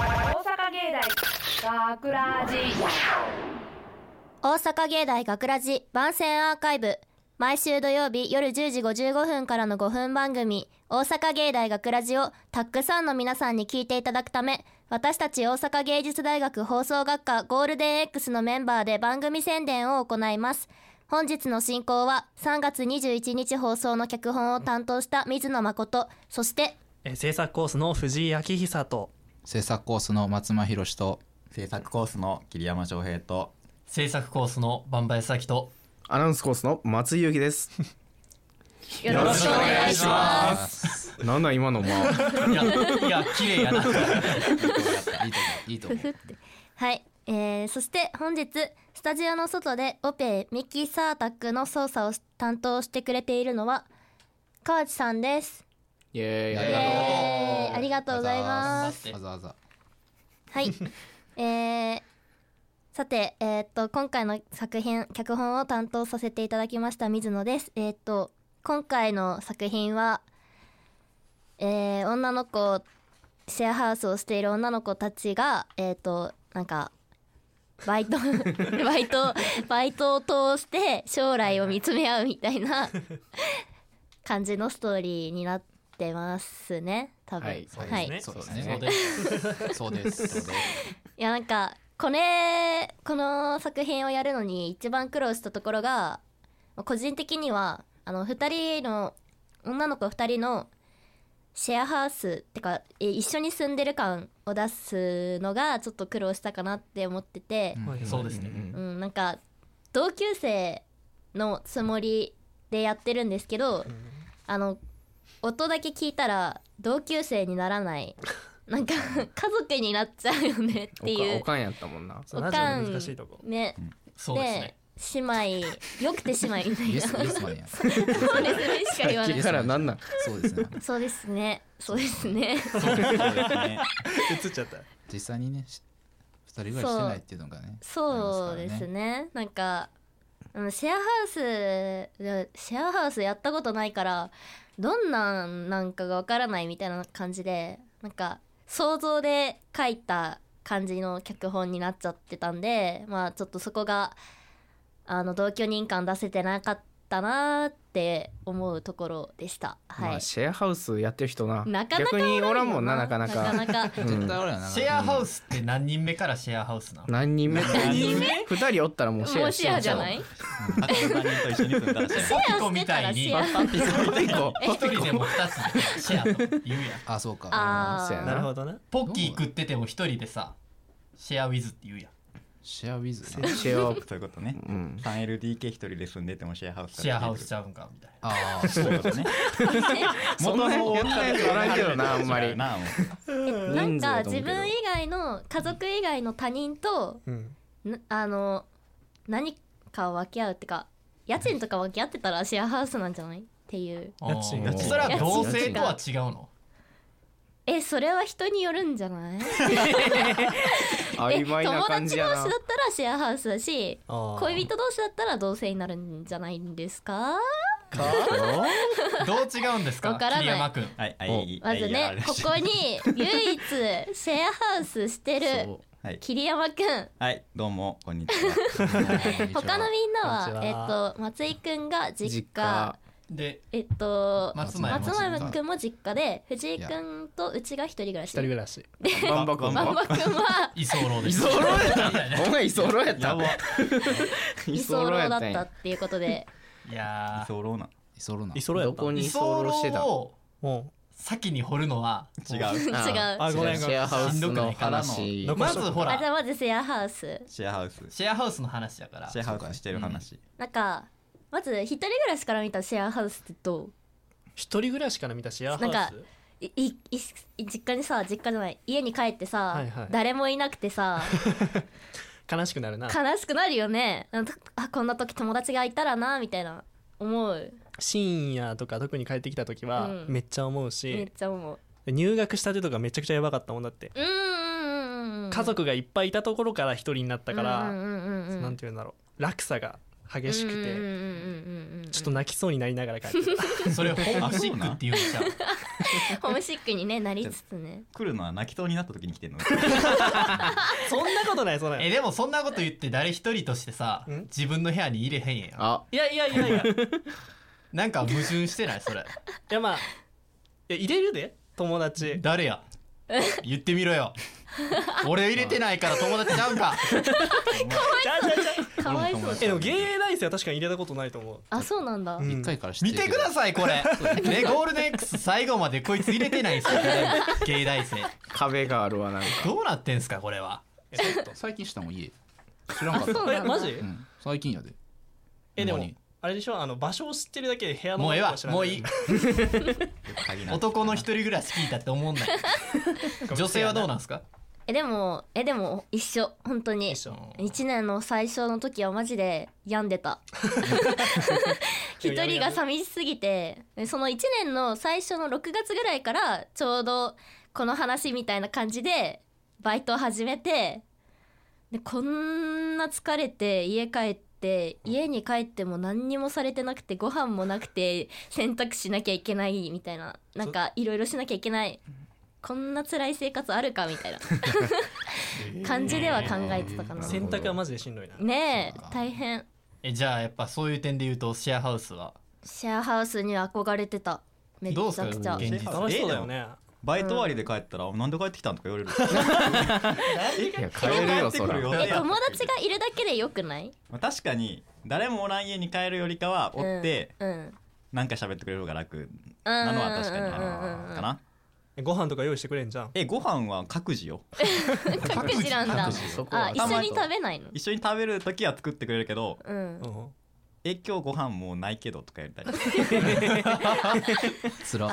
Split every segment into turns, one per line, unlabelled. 阪芸大学ラジ
大阪芸大学ラジ番宣アーカイブ毎週土曜日夜10時55分からの5分番組「大阪芸大学ラジをたくさんの皆さんに聞いていただくため私たち大阪芸術大学放送学科ゴールデン X のメンバーで番組宣伝を行います本日の進行は3月21日放送の脚本を担当した水野誠そして
えー制作コースの藤井明久と
制作コースの松間博と
制作コースの桐山翔平と
制作コースのバンバイサキ と
アナウンスコースの松井裕樹です。
よ
ろしくお願いし
ま
なんだ今のまあ
いやいや綺麗やな
いいと思ういいと思う
はい、えー、そして本日スタジオの外でオペミキサータックの操作を担当してくれているのは川内さんです
イエーイ
あ
あ
り
り
が
が
と
と
えーありがとうご
う
う
ざいます
わざわざ
はい、 えー、さてえーっと今回の作品脚本を担当させていただきました水野ですえーっと今回の作品は、えー女の子シェアハウスをしている女の子たちがえーっとなんかバイ トバイトバイトを通して将来を見つめ合うみたい な感じのストーリーになってますね多分
はい
そうです
そ
ね
うです
そう
ね
です
そうですそうです
いやなんかこれこの作品をやるのに一番苦労したところが個人的にはあの2人の女の子2人のシェアハウスってかえ一緒に住んでる感を出すのがちょっと苦労したかなって思ってて、
うん
そうです
う
ね
んなんか同級生のつもりでやってるんですけど、あの音だけ聞いたら同級生にならないなんか家族になっちゃうよねって
お
い
か
う
おかんやったもんな。
そうラジオの難しいとこ
ね
そうですね
姉妹よくて姉妹みたい
イエ
な
ス
そう
イエ
です
スマンや
ねしか言わな
さっき
い
からなんなん
そうですね
そうですねそうですね
映っちゃった
実際にねし二人ぐらいしてないっていうのがね
そうですねなんかあのシェアハウスでシェアハウスやったことないからどんなんなんかがわからないみたいな感じでなんか想像で書いた感じの脚本になっちゃってたんでまあちょっとそこがあの同居人感出せてなかったなーって思うところでした。はい、
まあシェアハウスやってる人な。
なかなか
逆におらんもんなな
な
かなか。
なかなか
うん
絶対俺らな
シェアハウ
ス
スって何人目からシェアハウスなの
何人目？
何人
目？二人おったらもうシェ
も
ア
う
し
シ
ち
ェ
ゃ
ア
う
じゃない
あと3人と一緒に組んだらしい
シェアしてたらシェア
パ一人でも二つシェアと言うやん
あそうか
あ
そうや
ー
なるほどね
ポッキー食ってても一人でさシェアウィズって言うやん
シェアウィズな
シェア
そういうことね
うん
3LDK 一人で住んでてもシェアハウス
シェアハウスち
ゃ
ゃうんかみたいな
あー
そういうことね元の
そんな変なやつおらんけどなあんまり
な
な
ん
人数
か
だ
自
と思うけど
分以外の家族以外の他人と
うん
なあの何かを分け合うってか家賃とか分け合ってたらシェアハウスなんじゃないっていう
家賃
あー
家賃
それは同性とは違うの
えそれは人によるんじゃないえ
曖
友
昧な感
達同
じ
士
や
だっ
な
た。らシェアハウスだし
あー
恋人同士だったら同性になるんじゃないんですか
どう違うんですか
わからない
桐山君
はいはい
まずねここに唯一シェアハウスしてる
はい
桐山くん
はいどうもこんにちは
他のみんな
こんに
は
ち
え
は
っと松井くんが実家
実家
で
えっと
松前
松
松
前
前
くんも実家で藤井くんとうちが一人暮ら
一
し
人暮らし
バンバコン
バン
馬
バ。
場くんは
居候です
居候や
いやいや
お前居候やった。
居
居
候
候やっ
だったた
ん
っ
や。
ていうことで
いや
居候な
居候な
居候や
ど
った
こに
ー
居
居
候してた
候？を
うん
先に掘るのは
違
違う
う
あー
あ
あごめんご
シ
め
ェ
ん
アハウスの
し
話
ど。こ
まずほ
じゃ
ら
あまずシェアハウス
シェアハウス
シェアハウスの話だから
シェアハウスしてる話
なんかまず一人暮らしから見たシェアハウスってど
一人暮らしから見たシェア
な
ハ
ん
ウ
か
ス
ういいい実家にさ実家じゃない家に帰ってさ、
はいはい
誰もいなくてさ
悲しくなるな
悲しくなるよねなんかあこんな時友達がいたらなみたいな思う
深夜とか特に帰ってきた時
う
は
ん
めっちゃ思う
めっ
し
ちゃ思う
入学したてとかめちゃくちゃやばかったもんだって
うんうんうんうんうん
家族がいっぱいいたところから一人になったか
う
ら
んうんうんうん
なんて言うんだろう落差が激しくて、
うんうんうんうんうんうん
ちょっと泣きそうになりながら 帰ってた
それホームシックっていうんじゃん
ホームシックにねなりつつね
来るのは泣きそうになった時に来 てるの
そんなことないそんな
えでもそんなこと言って誰一人としてさ
ん
自分の部屋に入れへんやん
あ
いやいやいやいやい
なんか矛盾してないそれ
やまあいや入れるで友達
誰や言ってみろよ俺入れてないから友達ちゃうんか
じゃあじゃあじゃあ
かわいそう
えでも芸大生は確かに入れたことないと思う
あそうなんだ、
うん
一回から知って
見てくだ
い
さいこれねゴールデン X 最後までこいつ入れてないんすよね芸大生
壁があるわなんか
どうなってんすかこれは
えちょっと
最近したもん家知らんかった
そう
え
なんだ
マジ、
うん最近やで
えで
ほ
も
んまに
あれでしょあの場所を知ってるだけで部屋の
もうええ
中
わ
は知らな
もういい男の一人暮らし聞いたって思んない女性はどうなんすか
えでもえでも一緒本当に
一緒
一年の最初の時はマジで病んでた一人が寂しすぎてその1年の最初の6月ぐらいからちょうどこの話みたいな感じでバイトを始めてでこんな疲れて家帰って家に帰っても何にもされてなくてご飯もなくて洗濯しなきゃいけないみたいななんかいろいろしなきゃいけないこんな辛い生活あるかみたいな 感じでは考えてたかな。
洗濯はマジでしんどいな、
ねえ大変
えじゃあやっぱそういう点で言うとシェアハウスは
シェアハウスに憧れてためち
どうす
ゃ
か
くちゃ
現実
楽しそうだよね
バイト終わりで帰ったら、なんで帰ってきたんと か言われる
いや帰るよ
帰って
そ
く
ら
るよ
え友達がいるだけでよくない
まあ確かに誰もおらん家に帰るよりかはおって、
うんうん
なんか喋ってくれる方が楽
な
なのは確かにあるかな
えご飯とか用意してくれんじゃん
えご飯は各自よ
各自なんだ
そこ
あ
は
一緒に食べないの
一緒に食べる時は作ってくれるけど
うん
うん
え今日ご飯もうないけどとか言ったり
つら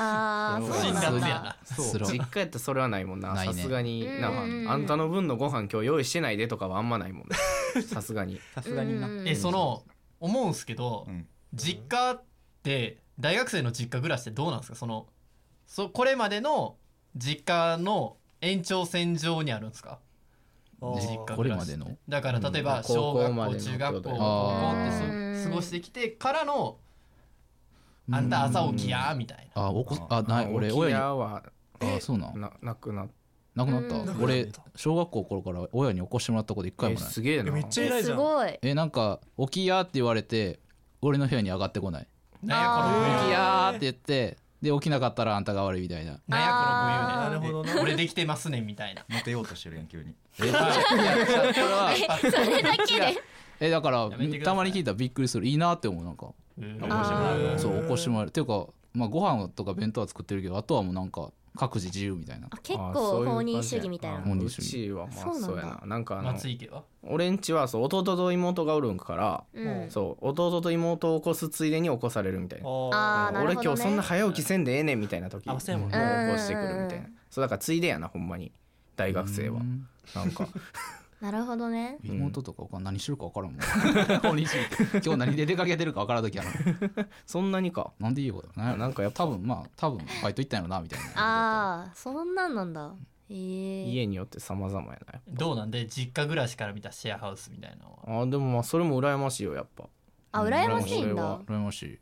あーそう
辛
なん
辣や
だ
な
つら
実家やったらそれはないもんな
ない
さ
ね
すがにな
うんうんうん
あんたの分のご飯今日用意してないでとかはあんまないもんねさすがに
さすがにな、
うんうん
えその思うんすけど、
うん
実家って大学生の実家暮らしってどうなんですかそのそこれまでの実家の延長線上にあるんですか
あー
実家
これまでの
だから例え
う
ば
ん
小
高校
学
ま
校
での
中学校
ってことだ
高
よ
校って
うん
す過ごしてきてからのあんた朝起きやーみたいな
あおこあない俺
沖
親にあ
縄は
そうなん
ななくなっ
なくなっ
う
た
ん
俺小学校の頃から親に起こしてもらったこと一回
て
もない
すげえ
え
な
めっちゃ偉
え
いじ
す
ゃん
ごい
えなんか起きやって言われて俺の部屋に上がってこない
なんや
起
こ
き
の
ー
冬
やーって言ってで起きなかったらあんたが悪いみたいな
なんや
な
こ
る
の
ほど
冬ね
な
俺できてますねみたいな
モテようとしてるやん急に
これは
それだけで
えだから
やめてください
たまに聞いたらびっくりするいいなって思うなんか
あ
そう起こしてもらえるっていうかまあご飯とか弁当は作ってるけどあとはもうなんか各自自由みたいな
あ結
あ
構
そういう
放
感じ
任主義みたいな
あ
放任
う
主義
ちはまあ
そうなんだ
そうやななんかあの
松井家は
俺んちはそう弟と妹がおるんから
うん
そう弟と妹を起こすついでに起こされるみたいな
あーなるほどね
俺今日そんな早起きせんでええねんみたいな時
あそうやもんね
起こしてくるみたい
うんうんう
なそうだからついでやなほんまに大学生
う
は
ん
なんか
なるほどね
ん
妹とかわかん何してるか分 からんもん放任主義って今日何で出かけてるか分からん時やな
そんなにか
なんでいいことな
なんかやっぱ
多分まあ多分バイト行ったんやろなみたい な
あーそんなんなんだえー
家によって様々やな
どうなんで実家暮らしから見たシェアハウスみたいなのは
あーでもまあそれも羨ましいよやっぱ
あ羨ましいん
俺
だ
は
羨ましい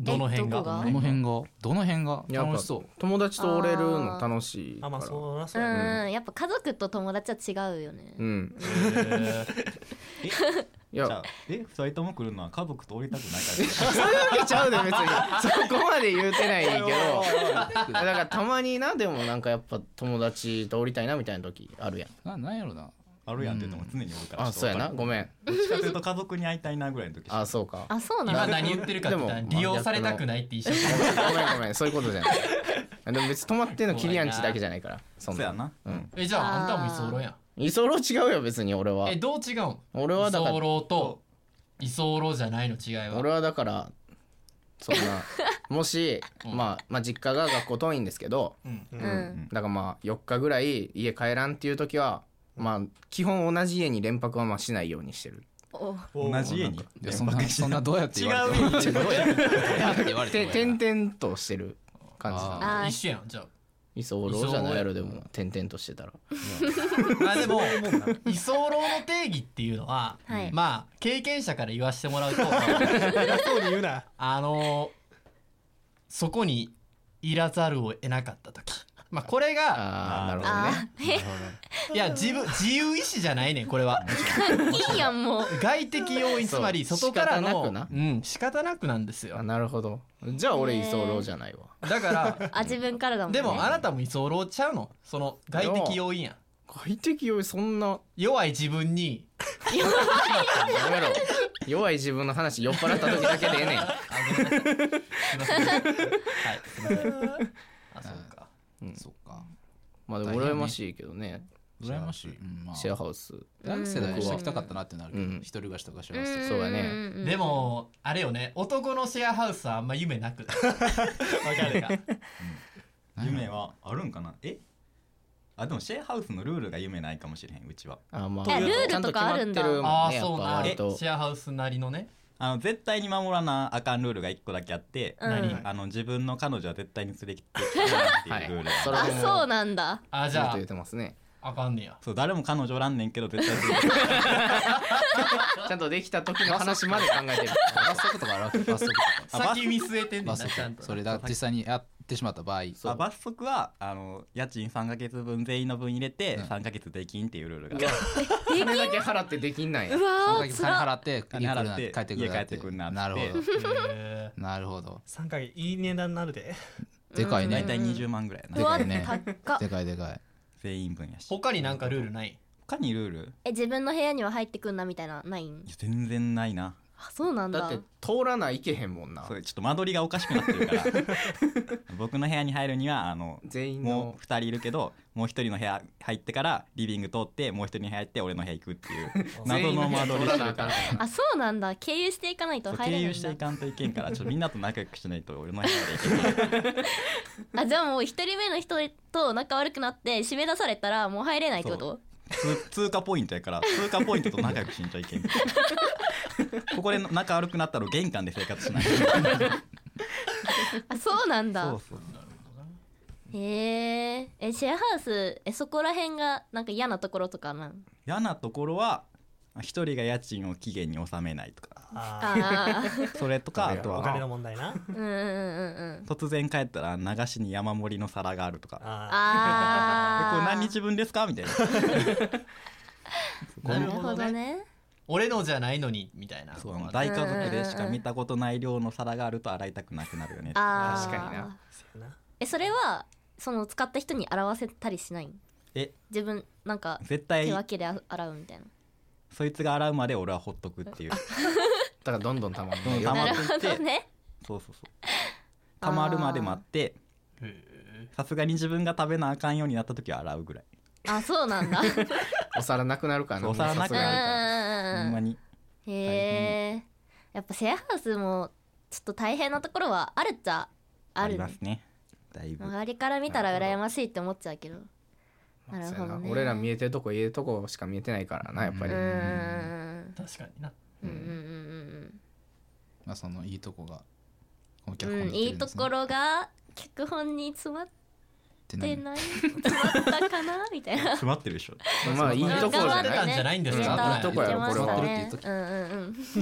どの辺が
どこが
どの辺がどの辺が
やっぱ
楽しそう
友達と折れるの楽しいか
あま
ら
あそら
う
そうやね、
んやっぱ家族と友達は違うよね
うんい
じゃあ
や
え二人とも来るのは家族と降りたくないから
そういうわけちゃうで別にそこまで言うてないけどだからたまになでもなんかやっぱ友達とおりたいなみたいな時あるやん
ななんやろな
あるやんって言っても常におるから
あそうやな
ど
ごめん
っちかというと家族に会いたいなぐらいの時
あそうか
あそうなん
今
だ
何言ってるかって言ったら利用されたくないって一緒に
ごめんごめんそういうことじゃない でも別に泊まってんのキリアンチだけじゃないからそん
そうや
な
な、うん、
えじゃああんたも居候やん
居候違うよ別に俺は
えどう違うん
俺はだか
居
ら
候と居候じゃないの違いは
俺はだからそんなもし、まあ、まあ実家が学校遠いんですけど
う
うんん
だからまあ4日ぐらい家帰らんっていう時はまあ基本同じ家に連泊はまあしないようにしてる
お
同じ家に
いやそんなそ んな どうやって
違
言われ
う家
ても
に
どうやって言われて
て
も
点々としてる感じだな
あー
一緒やんじゃあ
いそおろじゃないやろでも点々としてたら
まあでも居候の定義っていうのは、
はい
まあ経験者から言わせてもら うと
偉そうに言うな。
あのそこにいらざるを得なかった時まあこれが
ああ
あー
なるほど
あ
ね
いや自分自由意志じゃないねんこれは
ーいいやんもう
外的要因つまり
そう
外からの
仕方なく
うん、仕方なくなんです
あ
よ
なるほどじゃあ俺
へ
い
ー
そおろじゃないわ
だから
あ自分 からだもん、ね、
でもあなたも居候ちゃうのその外的要因やん
快適よりそんな
弱い自分に
やめろ弱い自分の話酔っ払った時だけでええ ねん
すいません はいすいませんあそうか
そっか
まあでも羨ましいけどね
羨ましい、うんまあ、
シェアハウス
大学生だよしてきたかったなってなるけど
うん
一人暮らしとかし
う
ま
ん
す
そうやね
んんん
でもあれよね男のシェアハウスはあんま夢なくわかるか
夢はあるんかなえあでもシェアハウスのルールが夢ないかもしれへんうちは
あま
え
あ
ルールとかあるんだ
ちゃと決まっ
ああ
てる
そ
も
うん
ね
な
や
え
っぱ割と
シェアハウスなりのね
あの絶対に守らなあかんルールが1個だけあって、
うん何
あの自分の彼女は絶対に連れてきてきてないっていうルールが、
はいそれ
あそうなんだ
あじ
ずっと
ゃ
言ってますね
ああかんねや
そう誰も彼女おらんねんけど絶対連れてき て
ちゃんとできた時の話まで考 えてる
罰則とかあるわけ罰 則とか
あバス
先見据えてんねん
罰
なちゃん
則
と
それだ実際にやってしまった場合
あ罰則はあの家賃3か月分全員の分入れて
うん
3か月できんっていうルールが、
金だけ払ってできんないう
その
わ
時
ー
に
つ
金
ら
払って
金払って
家帰っ
家帰っ
てくるなって
てくるなって
なるほ
へ
どなるほど
三回いい値段になるで。
でかい
大
ね
体20万ぐらいや
う
な
わ
でかいね
高っ
でかいでかい
全員分や
ー
し
他になんかルールない
他にルール
え自分の部屋には入ってくんなみたいなないん
いや全然ないな
あそうなんだ
だって通らないけへんもんな
それちょっと間取りがおかしくなってるから 僕の部屋に入るにはあの
全員
も
の
う2人いるけどもう1人の部屋入ってからリビング通ってもう1人の部屋行って俺の部屋行くっていう 謎の間取りしてるから
あそうなんだ経由していかないと
そう
入れ
経
ない
由
ん
してい
だ
かんといけんからちょっとみんなと仲良くしないと俺の部屋まで行けない
あじゃあもう一人目の人と仲悪くなって締め出されたらもう入れないってこと
通通過ポイントやから通過ポイントと仲良くしんちゃいけんここで仲悪くなったら玄関で生活しないと
あそうなんだ
そう
へええシェアハウスえそこら辺がなんか嫌なところとかなん
嫌なところは一人が家賃を期限に納めないとか
あ
ああ
それとかあと
あ。お金の
は
問題な。
うんうんうんうん
突然帰ったら流しに山盛りの皿があるとか
あ
えこれ
ああ
何日分ですかみたいな
なる
なる
ほ
ほ
ど
ど
ね
俺のじゃないのにみたいな
そう大家族でしか見たことない量の皿があると洗いたくなくなるよね
あー
確かにな
あ。な
えそれはその使った人に表せたりしないん
え
自分なんか
絶
手
対
分けで洗うみたいな
そいつが洗うまで俺はほっとくっていう
だからどんどんたまる
どんどん溜ま
なる
ってい
ほ
って
どね
そうそうそう溜まるまで待ってさすがに自分が食べなあかんようになった時は洗うぐらい
あそうなんだう
お皿なくなるから
そうお皿なく
んう
な
んう
るほん
んう
ま
ん
に
へえやっぱシェアハウスもちょっと大変なところはあるっちゃあ
あ
る
りま
ね
すねだいぶ
周りから見たら羨ましいって思っちゃうけどなる
そう
ほ
や
ど
な
ね
俺ら見えてるとこ言えるとこしか見えてないからなやっぱ
う
り
んうん
確かにな
うんうんうん
まあそのいいとこがこの
う
脚
んう
本に
んいいところが脚本に詰まっ
出
てない詰まったかなみたいな
詰まってるでしょ
まあいいとこじゃ
頑張って
な
た
い
んじゃないんですか
うんいいとこやろ
行けましたね
こ
うんうん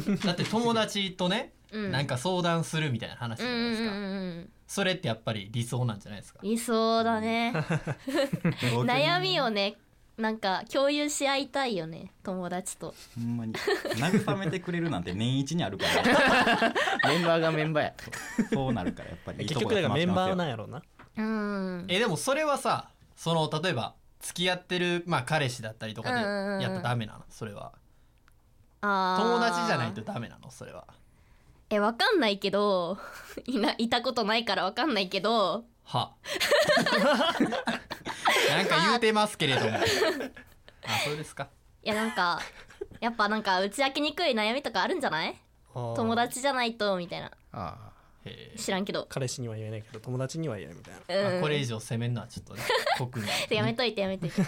うん
だって友達とね
うん
なんか相談するみたいな話じ
う
ゃ
ん
な
う
いで
ん
す
う
か
ん
それってやっぱり理想なんじゃないですか
うんいそうだね 悩みをねなんか共有し合いたいよね友達と
ほんまに慰めてくれるなんて年一にあるから
メンバーがメンバーや
そうなるからやっぱりいい
結
とこ
局だからメンバー
な
なんやろうな。
うん
えでもそれはさその例えば付き合ってる、まあ、彼氏だったりとかで
うんうんうん
やったらダメなのそれは
あー
友達じゃないとダメなのそれは
えわかんないけど いないたことないからわかんないけど
はなんか言うてますけれどもあそうですか
いやなんかやっぱなんか打ち明けにくい悩みとかあるんじゃない友
友。
達じゃないとみたいな
あ
へ
知らんけど
彼氏には言えないけど友達には言えるみたいな。
え、
うん
まあこれ以上責めるのはちょ っとね特に
ちょっとやめといてやめといて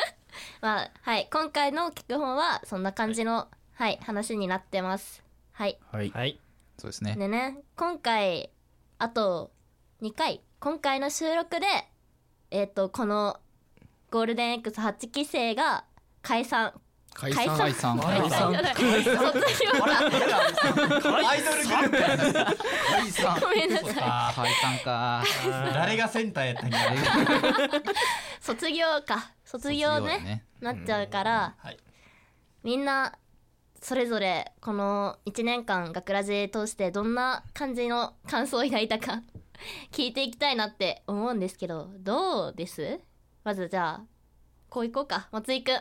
まあはい今回の脚本はそんな感じの、はい話になってますはい
あはい
はい。
そうですね
でね今回あと2回今回の収録でえっとこのゴールデン X8 期生が解散
解
解散
解散
解散
じゃない卒業
アイドルグループ
解散
ごめんなさい
あー解散か
誰がセンターやったんや
あれが
卒業か卒業ね
卒ね
なっちゃうから、
はい
みんなそれぞれこの1年間学ラジ通してどんな感じの感想を抱いたか 聞いていきたいなって思うんですけどどうですまずじゃあこういこうか松井くん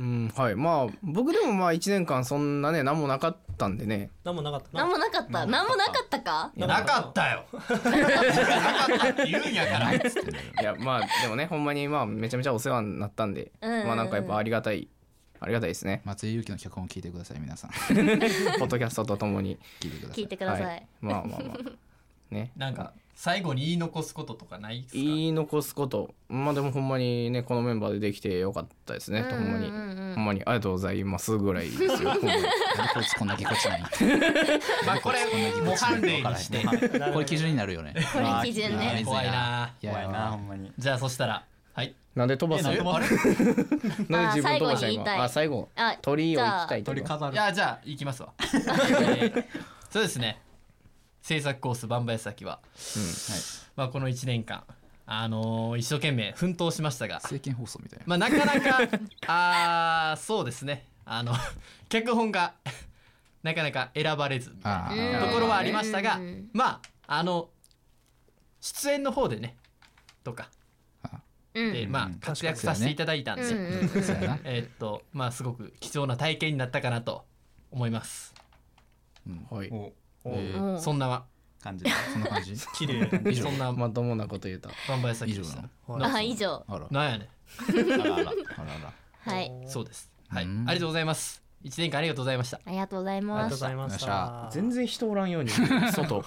うんはいまあ僕でもまあ1年間そんなね何もなかったんでね
何もなかった
何もなかった何もなかったか
いや
なかったよなかったって言うんやから
いやまあでもねほんまにまあめちゃめちゃお世話になったんで、
うんうんうん
まあなんかやっぱありがたいありがたいで すね
松井裕樹の脚本を聞いてください皆さん
ポッドキャストとともに
聞いてくださ
聞い
い
てください、
はいまあまあまあね
なんか最後に言い残すこととかないですか
言い残すことまあでもほんまにねこのメンバーでできてよかったですね、
うんうん
ほんまに、
うんうん
ほんまにありがとうござ いますぐらいですよほんまに
なんでこいつこんなぎこちない
まあこれ模範例にして
これ基準になるよね
これ基準ね
怖いない
や
怖いなほんまに
じゃあそしたらはい
なんで飛ば
え
すの
なんかあれ
なんで自分飛ば
あ
した
最後に言いたい
今あ最後
あ
鳥を行きたいと
鳥飾
い
る
やじゃあ行きますわ、えーそうですね制作コースバンバヤサキは、まあ、この1年間、あのー一生懸命奮闘しましたが、
政見放送みたいな
まあ、なかなかあーそうですねあの脚本がなかなか選ばれずみたい
あ
う
ー
ん
なところはありましたが、
うん
まああの出演の方でねとか
うん
で、まあ
うん、
活躍させていただいたん
う
で、
んうん
そうやな
えーっとまあすごく貴重な体験になったかなと思います。
はい
お
えー
うん
そんな
感じだ
そんな感じ
綺麗
そんな
まともなこと言うた
バンバイ先でし
以上な
た。
あ以上
あら
なんやね
あらあら
あらあら
はい
ん。そうです。はい。あ
うん
りがとうございます。一年間ありがとうございました。
ありがとうござい
ありが
ま
とうご
す
ざいました
全然人おらんように外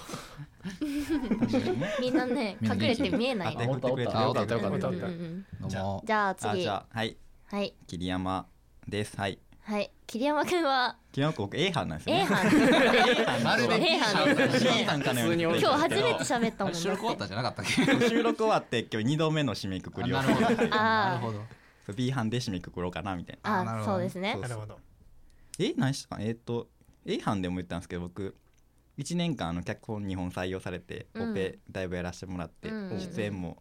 みんなね
みんな
隠
元
れ
気
て見えな
あ
い
手
ね
振ってくれてよかったよか
うん
っ
う
た
んうん
どう
じゃ
も
じゃあ
あ
次
じゃあはい
はい
桐山ですはい
はい桐山くんは
桐山君僕 A 班なんですよ
A
ね
班
まるで
A 班です
B
ね
班かのように
今日初めて喋った
あ
もん
れ収録終わっ
だって
たんじゃなかったっけ
収録終わって今日2度目の締めくくりを
あなるほど
あー
なるほど
B 班で締めくくろうかなみたいな
あな
あ
るほ
そ
ど
う
ね
ですね
そう
なるほど
え何したえっ、と A 班でも言ったんですけど僕1年間あの脚本2本採用されて、
うん
オペだいぶやらせてもらって、
うん
出演も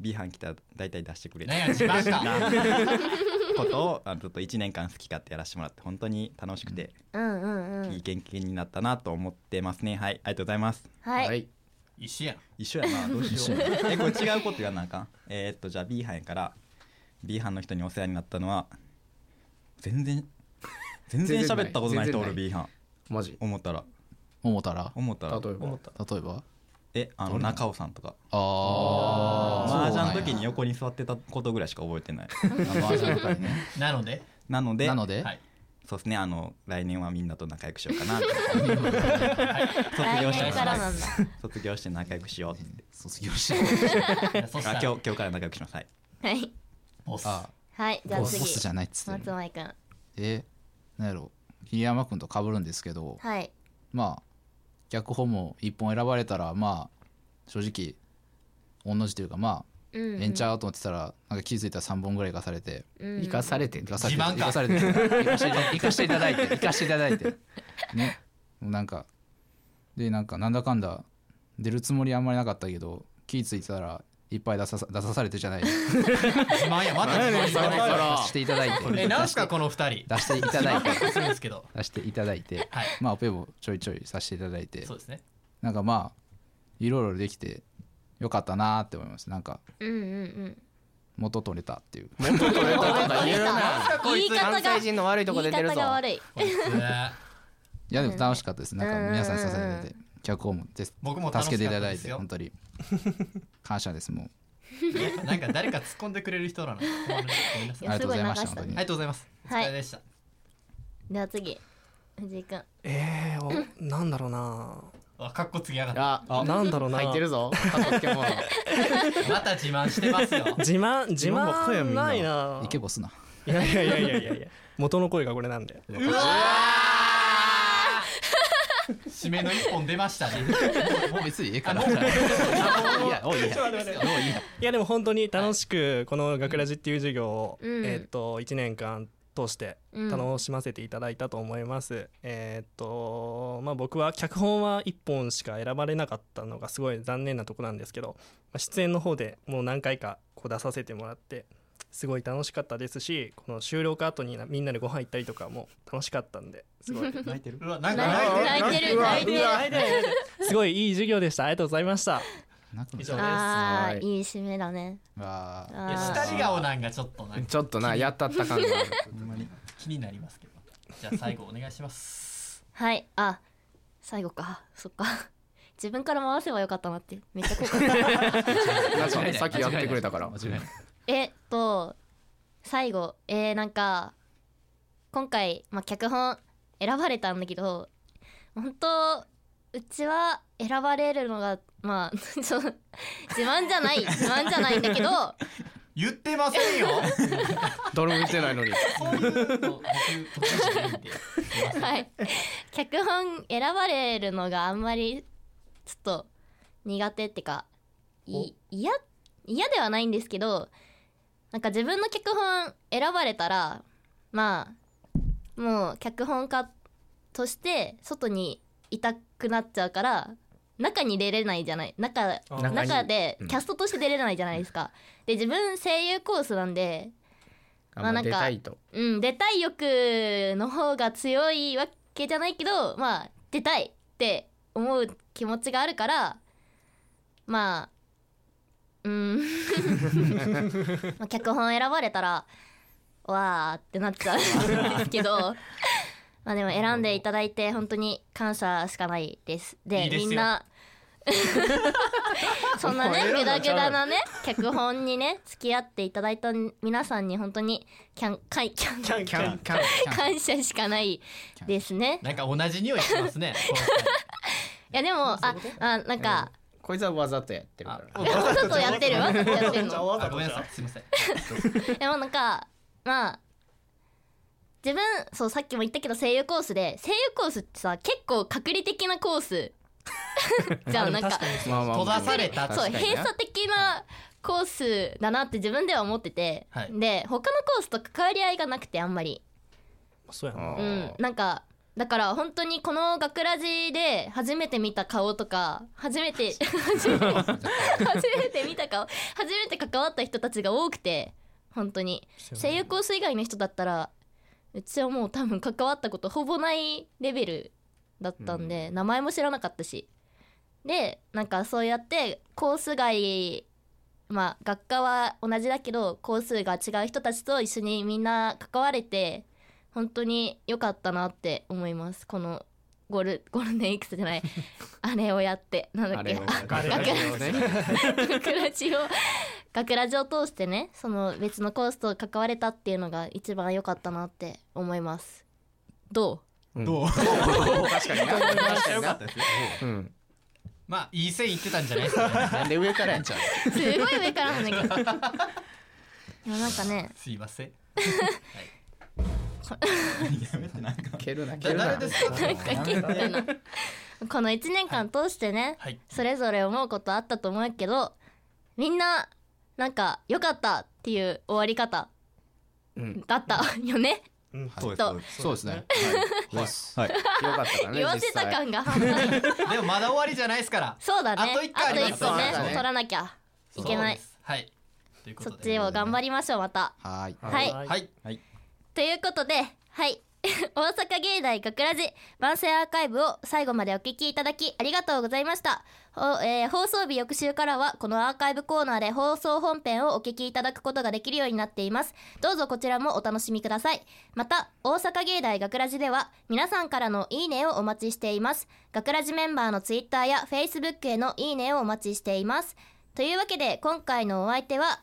B 班来たら大体出してくれて
何や自慢した
ことをあのずっと1年間好き勝手やらせてもらって本当に楽しくて、
うんうんう
いい
ん
経験になったなと思ってますねはいありがとうございます
はい
はい
一緒やん。
一緒や などうしようえこれ違うこと言わなあかんえーっとじゃあ B 班やから B 班の人にお世話になったのは全然全然喋ったことない人おる
全然ない
B 班
マジ
思ったら
思ったら
思った
例え
ら
ば
思った
例えば
えあの中尾さんとか
あ
麻
あ
雀の時に横に座ってたことぐらいしか覚えてない
マージャン会ね
なので、
なので
なので
はい。
そうですねあの来年はみんなと仲良くしようか な
来
卒業して
年からなんだ
卒業して仲良くしようって
卒業し て
いやそした
あ
ら
今日今日から仲良くしなさい
はい
ボス。
あ
はいじゃあ
ボスボスじ
次
ゃないっつって
松前くん
えなんやろ桐山君と被るんですけど
はい
まあ脚本も一本選ばれたらまあ正直同じというかま
う
あ
ん
ええんちゃうと思ってたらなんか気づいたら3本ぐらい生かされて
うん
生かされて
生かされて
自慢か
生かされて生かして生かしていただいて 生かしていただいてねもうなんかでなんかなんだかんだ出るつもりあんまりなかったけど気ぃ付いたらいっぱい出ささ出さされてじゃない出
自慢や。また
何や
自慢
ねんそれ
や。
さしていただいて
え、なんすかこの二人。
出していただいて
するんですけど。
出していただいて
はい。
まあオペもちょいちょいさせていただいて
そうですね。
なんかまあいろいろできてよかったなーって思いますなんか
うんうんうん
元取れたっていう
元取れたとか言うな
言い方
関
が
西人の悪いとこ
言い
出てる
方
ぞ
が悪い
こいつ
いやでも楽しかったですなんか皆さん支えてて脚本もです
僕も楽しか
助け
っ
てい
た
ただ
で
い
す
て
よ
本。当に感謝ですもう
いやなんか誰か突っ込んでくれる人なの。ごめんなさい
や
ありがとうございました
すごい流した
本当
あり
に
がとうございます。お疲れでした。
では次藤井くん
えーおなんだろうな
わ、かっこつきやがった。
ああ
なんだろうな
入ってるぞ片付けも
また自慢してますよ。
自慢自
慢ばっかや
慢
みんな
ないな
イケボすない
やいやいやいやいやいや元の声がこれなんで
うわ締めの一本出ましたね。
もう別にええから
あもう
いやおいいや
いやでも本当に楽しくこの学ラジっていう授業を、
うん
えっと1年間通して
うん
楽しませていただいたと思います、えっとまあ僕は脚本は1本しか選ばれなかったのがすごい残念なとこなんですけど、まあ、出演の方でもう何回かこう出させてもらってすごい楽しかったですしこの収録後になみんなでご飯行ったりとかも楽しかったんです ごい
泣いてる
うわ、なんか泣いてる。
泣いてる泣いてる
すごいいい授業でしたありがとうございました
なくな
以上です。
あ
は
ーい
い
い締めだね
あー
いや、
あ
下り顔なんかちょっとなん か
ちょっとなやったった感がある
ほんまに
気になりますけど。じゃあ最後お願いします。
ーはいあ最後かそっか自分から回せばよかったなってめっちゃ後悔した
なんかさっきやってくれたから
間違いない
えっと最後えー、なんか今回、まあ、脚本選ばれたんだけど本当うちは選ばれるのがまあ ちょっと自慢じゃない自慢じゃないんだけど
言ってませんよ。
誰も言ってないのに
そういうの僕僕じゃないんで。
はい、脚本選ばれるのがあんまりちょっと苦手ってかい嫌嫌ではないんですけどなんか自分の脚本選ばれたらまあもう脚本家として外にいたくなっちゃうから中に出れないじゃない中
中に
中で
うん
キャストとして出れないじゃないですか。で自分声優コースなんでま
あ
あ
ん
な
ま
んか
出たいと
うん、出たい欲の方が強いわけじゃないけどまあ出たいって思う気持ちがあるからまあうん まあ脚本選ばれたらわーってなっちゃうんですけど まあでも選んでいただいて本当に感謝しかないです。で
いいですよ
みんな そんなねグダグダなね脚本にね付き合っていただいた皆さんに本当にキャンかいキャン
キャンキャン
キャン
感謝しかないですね。
なんか同じ匂いしてますね。
いやでもああなんか、
こいつはわざとやってるか
あ
ら
お
わざとやってるわざとやってるの。
あごめんなさい。すいません。
でもなんかまあ自分そうさっきも言ったけど声優コースで声優コースってさ結構隔離的なコース じゃあなんか
まあまあ
閉ざされた
そう
確かに
閉
な
鎖的なコースだなって自分では思ってて、
はい
で他のコースと関わり合いがなくてあんまり、
そうやな
あ
う
ー
ん、なんかだから本当にこの学ラジで初めて見た顔とか初めて初めて初めて見た顔初めて関わった人たちが多くて本当に声優コース以外の人だったらうちはもう多分関わったことほぼないレベルだったんで、名前も知らなかったしでなんかそうやってコース外まあ学科は同じだけどコースが違う人たちと一緒にみんな関われて本当に良かったなって思いますこのゴールゴールデン X じゃないあれをやってなんだっけ
あれをやって
あ
あれをやって
学ラジを学ラジを通してねその別のコースと関われたっていうのが一番良かったなって思いますど
確かにな
よかったですよ
うん
まあいい線いってたんじゃないですか、ね。
なんで上からやんちゃう
うすご い上からなんだけどいやなんかね
すいません。
やめてなんか
蹴るな蹴
だ
るな
誰ですか。
なんか結構なこの1年間通してね、
はい。
それぞれ思うことあったと思うけどみんななんか良かったっていう終わり方
うん
だったよね、
そうです
ちょっと
そうです
そうですね
はい
です
はい
よかったかね
言わせた感が半端ない
でもまだ終わりじゃないですから。
そうだね
あと一個あります
あと一個ね
そうだね
取らなきゃ いけない
そうです。はい。というこ
そ
と
っ
で。
ちを頑張りましょうまた
はーい
はい
はい。
ということではい 大阪芸大学ラジ万世アーカイブを最後までお聞きいただきありがとうございました、おえー放送日翌週からはこのアーカイブコーナーで放送本編をお聞きいただくことができるようになっていますどうぞこちらもお楽しみくださいまた大阪芸大学ラジでは皆さんからのいいねをお待ちしています学ラジメンバーのツイッターやフェイスブックへのいいねをお待ちしていますというわけで今回のお相手は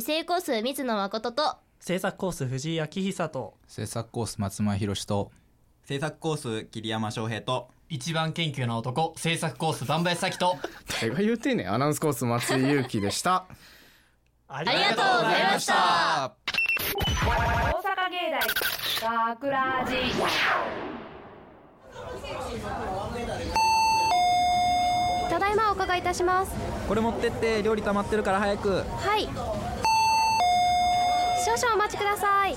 成功数水野誠と
制作コース藤井明久と
制作コース松前宏と
制作コース桐山翔平と
一番研究の男制作コースバンバヤサキと。
誰が言うてんねんアナウンスコース松井裕樹でした
あり
ありがとうございました
大阪芸大学ラジ
ただいまお伺いいたします
これ持ってって料理溜まってるから早く
はい少々お待ちください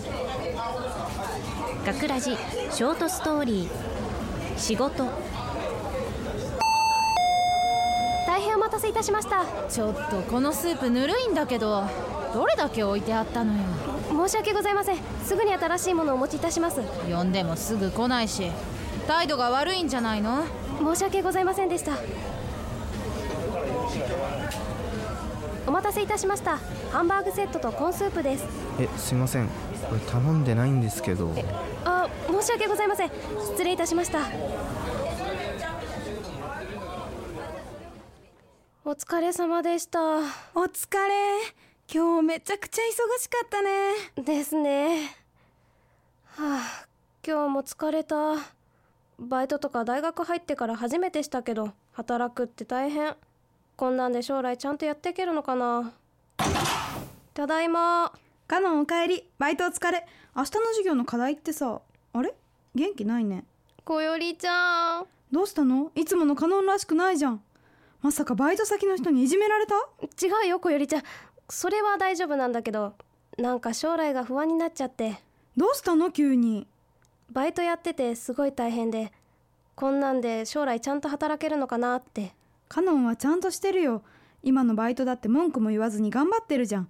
学ラジショートストーリー仕事
大変お待たせいたしました
ちょっとこのスープぬるいんだけどどれだけ置いてあったのよ
申し訳ございませんすぐに新しいものをお持ちいたします
呼んでもすぐ来ないし態度が悪いんじゃないの
申し訳ございませんでしたお待たせいたしましたハンバーグセットとコーンスープです
えすいませんこれ頼んでないんですけど
あ申し訳ございません失礼いたしましたお疲れ様でした
お疲れ今日めちゃくちゃ忙しかったね
ですねはあ今日も疲れたバイトとか大学入ってから初めてしたけど働くって大変こんなんで将来ちゃんとやっていけるのかなただいま
カノンお帰りバイトお疲れ明日の授業の課題ってさあれ元気ないね
こよりちゃん
どうしたのいつものカノンらしくないじゃんまさかバイト先の人にいじめられた
違うよこよりちゃんそれは大丈夫なんだけどなんか将来が不安になっちゃって
どうしたの急に
バイトやっててすごい大変でこんなんで将来ちゃんと働けるのかなって
カノンはちゃんとしてるよ今のバイトだって文句も言わずに頑張ってるじゃん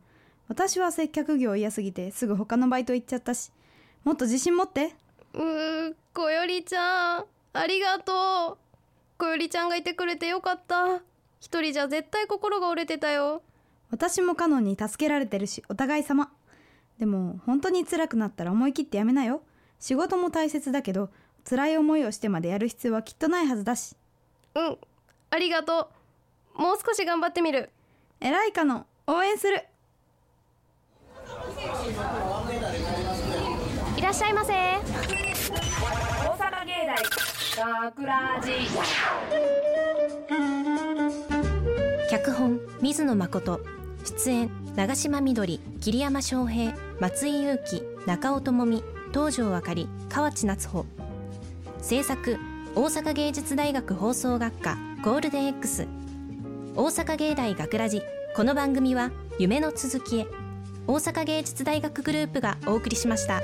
私は接客業嫌すぎてすぐ他のバイト行っちゃったしもっと自信持って
うーこよりちゃんありがとうこよりちゃんがいてくれてよかった一人じゃ絶対心が折れてたよ
私もカノンに助けられてるしお互い様でも本当に辛くなったら思い切ってやめなよ仕事も大切だけど辛い思いをしてまでやる必要はきっとないはずだし
うんありがとうもう少し頑張ってみる
偉いカノン応援する
いらっしゃいませ
大阪芸大学ラジ
脚本水野誠出演長島みどり桐山翔平松井裕樹中尾智美東條あかり河内夏穂制作大阪芸術大学放送学科ゴールデン X 大阪芸大学ラジこの番組は夢の続きへ大阪芸術大学グループがお送りしました。